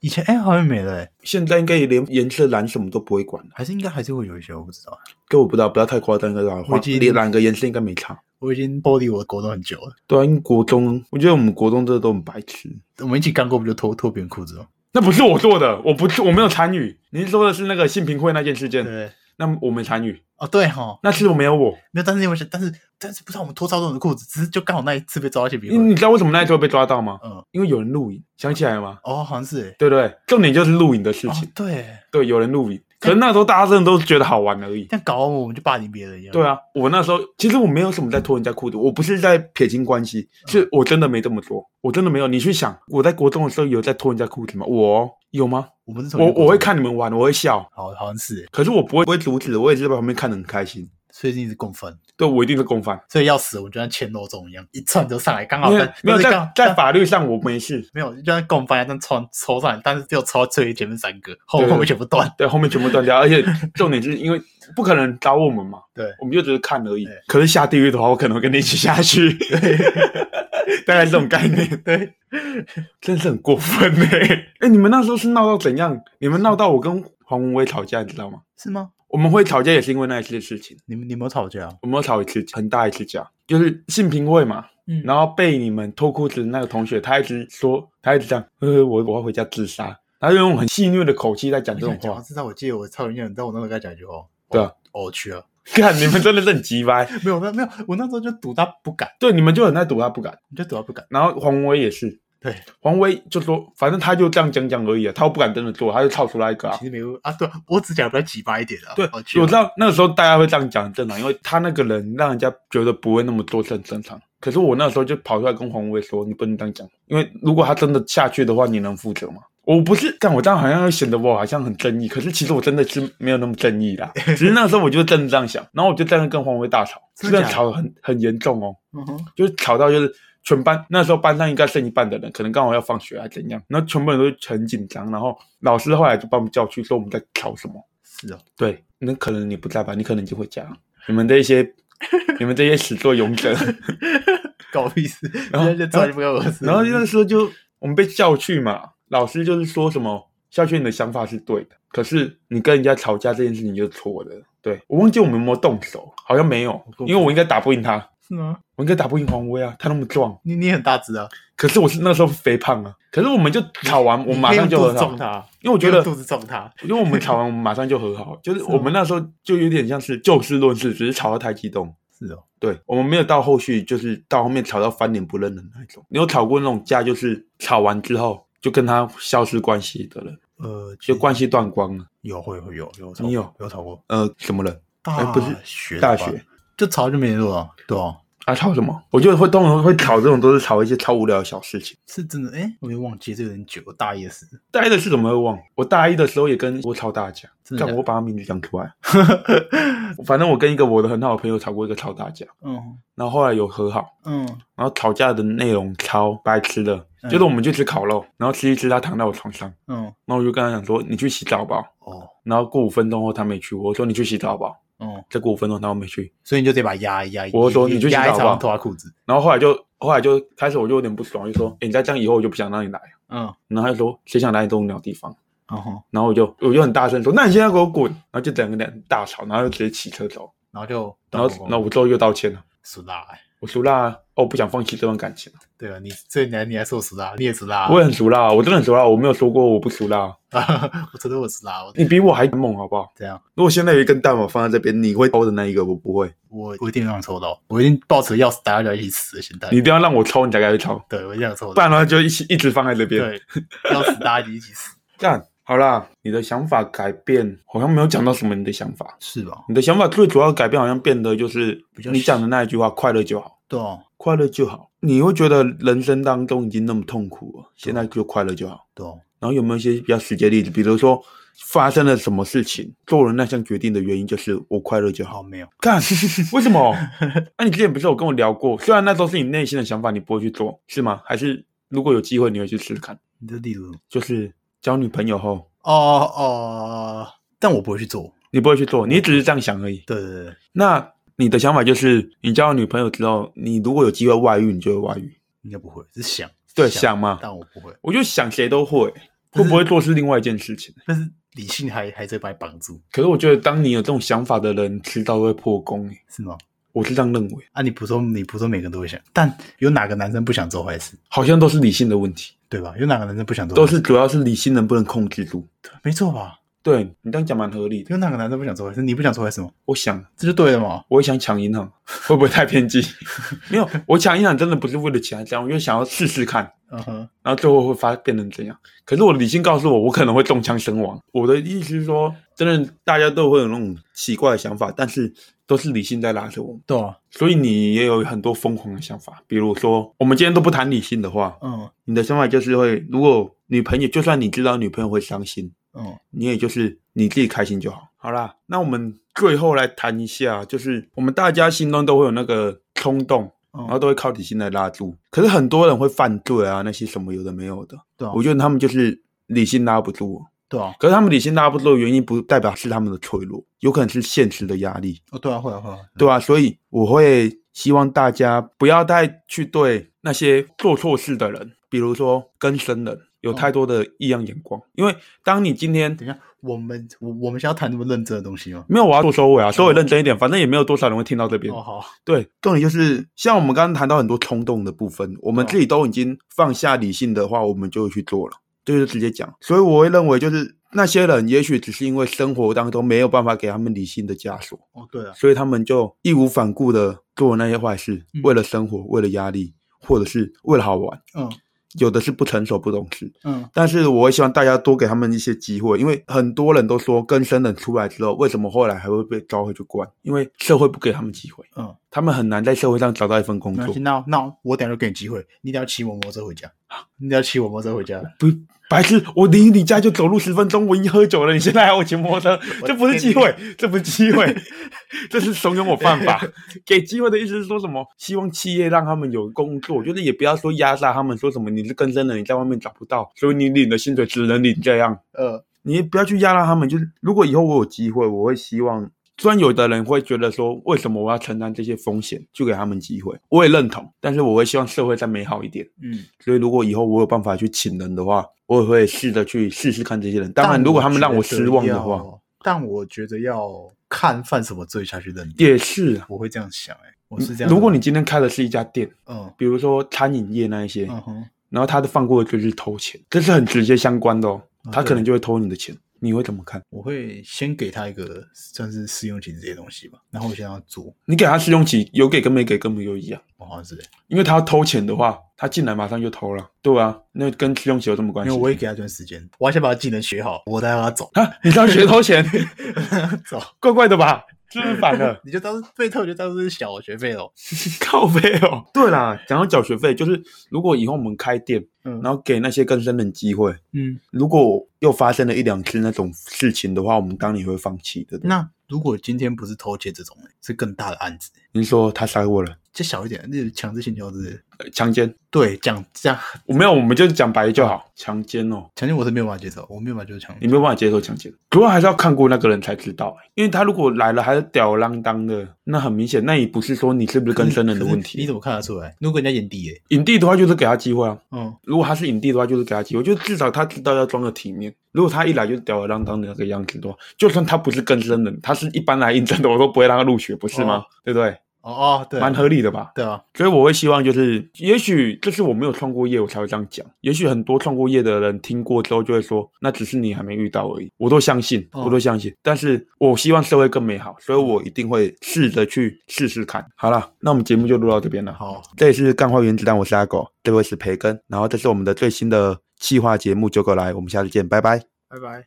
以前哎、好像没了、欸，现在应该也连颜色蓝什么都不会管了。还是应该还是会有一些，我不知道。这我不知道，不要太夸张，应该我已经连染个颜色应该没差。我已经剥离我的国中很久了，对啊，因为国中，我觉得我们国中真的都很白痴。我们一起干过不就脱脱别人裤子吗？那不是我做的，我不是我没有参与。您说的是那个性平会那件事对件，那我没参与，哦对哈，那次我没有我。没有，但是因为但是但是不知道我们脱超多人的裤子，只是就刚好那一次被抓到性别你会，你知道为什么那一次会被抓到吗？嗯，因为有人录影，想起来了吗？哦好像是对不对？重点就是录影的事哎、欸，情。哦对，对，有人录影，可是那时候大家真的都觉得好玩而已。这样搞完我们就霸凌别人一样，对，啊，我那时候其实我没有什么在脱人家裤子，我不是在撇清关系，嗯是我真的没这么做，我真的没有。你去想，我在国中的时候有在脱人家裤子吗？我有吗？我们是从我我会，看你们玩，我会笑，好好像是、欸，可是我不会不会阻止，我也是在旁边看得很开心。所以一直共犯，对，我一定是共犯，所以要死我们就像欠肉粽一样，一串就上来，刚好因为在没有就在是刚在法律上我没事，没有，就像共犯一样，但抽抽上来，但是只有抽到最前面三个，后对对后面全部断。对，后面全部断 掉，而且重点是因为不可能找我们嘛，对我们就只是看而已对。可是下地狱的话，我可能会跟你一起下 去，大概是这种概念。对，真是很过分呢、欸！哎、你们那时候是闹到怎样？你们闹到我跟黄文威吵架，你知道吗？是吗？我们会吵架也是因为那一次的事情。你们你们有吵架？我们有吵一次很大一次架，就是性平会嘛。嗯然后被你们脱裤子的那个同学，他一直说，他一直讲，呃，我我要回家自杀。他就用很戏谑的口气在讲这种讲到 话。这，我记得我超人厌，你知道我那时候跟他讲一句话，对啊哦，我去啊，看你们真的是很鸡掰，没有没有没有，我那时候就赌他不敢，对，你们就很在赌他不敢。你就赌他不敢，然后黄文威也是，对，黄文威就说，反正他就这样讲讲而已啊，他又不敢真的做，他就套出来一个啊其。实没有啊，对啊我只讲比较奇葩一点啊，对，我去啊我知道那个时候大家会这样讲很正常，因为他那个人让人家觉得不会那么做是很正常。可是我那时候就跑出来跟黄伟说：“你不能这样讲，因为如果他真的下去的话，你能负责吗？”我不是，但我这样好像又显得我好像很正义，可是其实我真的是没有那么正义 啦。只是那时候我就真的这样想，然后我就在那跟黄伟大吵，真真的的假的吵得很很严重哦。嗯哼就是吵到就是全班那时候班上应该剩一半的人，可能刚好要放学还怎样，然后全部人都很紧张，然后老师后来就把我们叫去说我们在吵什么。是哦，对，那可能你不在吧？你可能已经回家了。你们这一 些，你们这些始作俑者。搞屁事，然后人家就抓你不干我的事，然后那个时候就我们被叫去嘛，老师就是说什么校训的想法是对的，可是你跟人家吵架这件事情就是错的。对我忘记我们有没有动手，好像没有，因为我应该打不赢他，是吗？我应该打不赢黄威啊，他那么壮。你你很大只啊，可是我是那时候肥胖啊，可是我们就吵完，我你马可以上用就肚和子好撞。他，因为我觉你可得以用肚子撞他，因为我们吵完，我们马上就和好，就是我们那时候就有点像是就事论事，只是吵得太激动。是哦，对，我们没有到后续，就是到后面吵到翻脸不认的那一种。你有吵过那种架，就是吵完之后就跟他消失关系的人，呃，就关系断光了。有会会有有，你有有吵过？呃，什么人？大不是学大吧学？就吵就没联络了，对吧、哦啊，吵什么？我觉得会通常会吵这种都是吵一些超无聊的小事情。是真的，哎、我也忘记这有点久，大一的事。大一的事怎么会忘？我大一的时候也跟我吵大架，真的假干的我把他名字讲出来。 反正我跟一个我的很好的朋友吵过一个吵大架，嗯然后后来有和好，嗯，然后吵架的内容超白痴的，嗯就是我们就吃烤肉，然后吃一吃，他躺在我床上，嗯，然后我就跟他讲说你去洗澡吧。哦，然后过五分钟后他没去，我说你去洗澡吧。嗯，再过五分钟他又没去，所以你就得把压一压一，我说你去洗压澡一场吧脱他裤子，然后后来就后来就开始我就有点不爽，就说哎你再这样以后我就不想让你来。嗯，然后他就说谁想来你这种鸟地方？然后然后我就我就很大声说：“那你现在给我滚！”然后就整个人大吵，然后就直接骑车走。然后就，然后，然后我之后又道歉了，死辣、欸，我俗辣啊，哦，我不想放弃这段感情。对啊，你这你还你还说我死辣，你也死辣，我也很俗辣啊，我真的很俗辣，我没有说过我不俗辣啊。 我承认我死辣，我你比我还猛好不好？这样，如果现在有一根蛋堡放在这边，你会抽的那一个，我不会。我我一定让抽到，我一定抱持要死大家就一起死的心态你，一定要让我抽，你才敢去抽，对我一定要抽不到，然的话就一起一直放在这边。对，要死大家一起 死，干，好啦，你的想法改变好像没有讲到什么，你的想法，是吧？你的想法最主要的改变好像变得就是比较你讲的那一句话，快乐就好。对啊，快乐就好。你会觉得人生当中已经那么痛苦了，现在就快乐就好。对啊，然后有没有一些比较实际的例子？比如说发生了什么事情，做了那项决定的原因就是我快乐就好好。没有，干，为什么？那、你之前不是有跟我聊过？虽然那都是你内心的想法，你不会去做，是吗？还是如果有机会你会去试试看？你的例如，就是交女朋友后，哦哦，但我不会去做，你不会去做，你只是这样想而已。对对对，那你的想法就是，你交了女朋友之后，你如果有机会外遇，你就会外遇。应该不会，是想，对，想嘛，但我不会，我就想谁都会，就会是不会做是另外一件事情。但是理性还还在把你绑住，可是我觉得，当你有这种想法的人，迟早会破功、欸。是吗？我是这样认为，啊，你不说你不说每个人都会想，但有哪个男生不想做坏事，好像都是理性的问题，对吧？有哪个男生不想做都坏事？是主要是理性能不能控制住。没错吧？对你这样讲蛮合理的。有哪个男生不想做坏事？你不想做坏事吗？我想，这就对了嘛。我也想抢银行，会不会太偏激？没有，我抢银行真的不是为了钱，这样我就想要试试看，嗯哼，然后最后会发变成怎样。可是我的理性告诉我，我可能会中枪身亡。我的意思是说，真的大家都会有那种奇怪的想法，但是都是理性在拉着我们。对啊，所以你也有很多疯狂的想法，比如说，我们今天都不谈理性的话，嗯你的想法就是会，如果女朋友，就算你知道女朋友会伤心，嗯，你也就是你自己开心就好。好啦，那我们最后来谈一下，就是我们大家心中都会有那个冲动，然然后都会靠理性来拉住。可是很多人会犯罪啊，那些什么有的没有的，对啊，我觉得他们就是理性拉不住。对啊，可是他们理性拉不住的原因，不代表是他们的脆弱，有可能是现实的压力。哦对啊，会啊会啊，对啊，所以我会希望大家不要再去对那些做错事的人，比如说跟生人，有太多的异样眼光。因为当你今天等一下，我们我我们想要谈那么认真的东西吗？没有我要做收尾啊，收尾认真一点，反正也没有多少人会听到这边。哦好，对，重点就是像我们刚刚谈到很多冲动的部分，我们哦自己都已经放下理性的话，我们就会去做了，就是直接讲。所以我会认为，就是那些人也许只是因为生活当中没有办法给他们理性的枷锁，哦对啊，所以他们就义无反顾的做那些坏事，嗯为了生活，为了压力，或者是为了好玩，嗯有的是不成熟、不懂事。嗯但是我会希望大家多给他们一些机会，因为很多人都说跟生人出来之后，为什么后来还会被抓回去关？因为社会不给他们机会，嗯，他们很难在社会上找到一份工没作关系，。那那我等一下就给你机会，你等一下骑我摩托车回家， 你等一下骑我摩托车回家，不，白痴，我离你家就走路十分钟，我已经喝酒了，你现在还要我骑摩托车， 我这不是天机会，这不是机 会，这是怂恿我犯法。给机会的意思是说什么？希望企业让他们有工作，就是也不要说压榨他们，说什么你是更生人，你在外面找不到，所以你领的薪水只能领这样。呃你也不要去压榨他们，就是如果以后我有机会，我会希望。虽然有的人会觉得说，为什么我要承担这些风险，就给他们机会，我也认同，但是我会希望社会再美好一点。嗯，所以如果以后我有办法去请人的话，我也会试着去试试看这些人。当然，但如果他们觉让我得失望的要哦话，，但我觉得要看犯什么罪下去认定，也是啊。我会这样想，哎，我是这样嗯的，如果你今天开的是一家店，嗯比如说餐饮业那一些，嗯哼，然后他的犯过的就是偷钱，这是很直接相关的哦。啊他对可能就会偷你的钱，你会怎么看？我会先给他一个算是试用期这些东西吧，然后我先要做，你给他试用期，有给跟没给根本就一样。我好像是这样，因为他要偷钱的话，他进来马上就偷了，对啊，那跟试用期有什么关因系？，为我也给他一段时间，我要先把他技能学好，我再让他走 啊，你知道学偷钱，走， 怪怪的吧？是不是反了？你就当是被特，就当是小学费咯。 靠背哦。对啦，讲到缴学费，就是如果以后我们开店，嗯然后给那些更生人机会，嗯，如果又发生了一两次那种事情的话，我们当然也会放弃的。那如果今天不是偷窃这种、欸是更大的案子，您说他杀过人、就小一点，例如强制性交之类的。呃强奸？对，讲这样我没有，我们就讲白就好。强奸哦，强奸我是没有办法接受，我没有办法接受强你奸。没有办法接受强奸，主要还是要看过那个人才知道、因为他如果来了还是吊儿郎当的，那很明显，那也不是说你是不是跟生人的问嗯可是你题。怎么看得出来？如果人家眼底耶，影帝的话就是给他机会啊，嗯，如果他是影帝的话就是给他机会，就至少他知道要装个体面。如果他一来就是吊儿郎当的那个样子的话，就算他不是更生人，他是一般来应征的，我都不会让他入学，不是吗？哦对不对？哦哦，对，蛮合理的吧？对啊，所以我会希望就是，也许这是我没有创过业，我才会这样讲。也许很多创过业的人听过之后就会说，那只是你还没遇到而已。我都相信，哦我都相信。但是我希望社会更美好，所以我一定会试着去试试看。好了，那我们节目就录到这边了。好，这里是干花原子弹，我是阿狗，这位是培根，然后这是我们的最新的企划节目《九狗来》，我们下次见，拜拜。拜拜。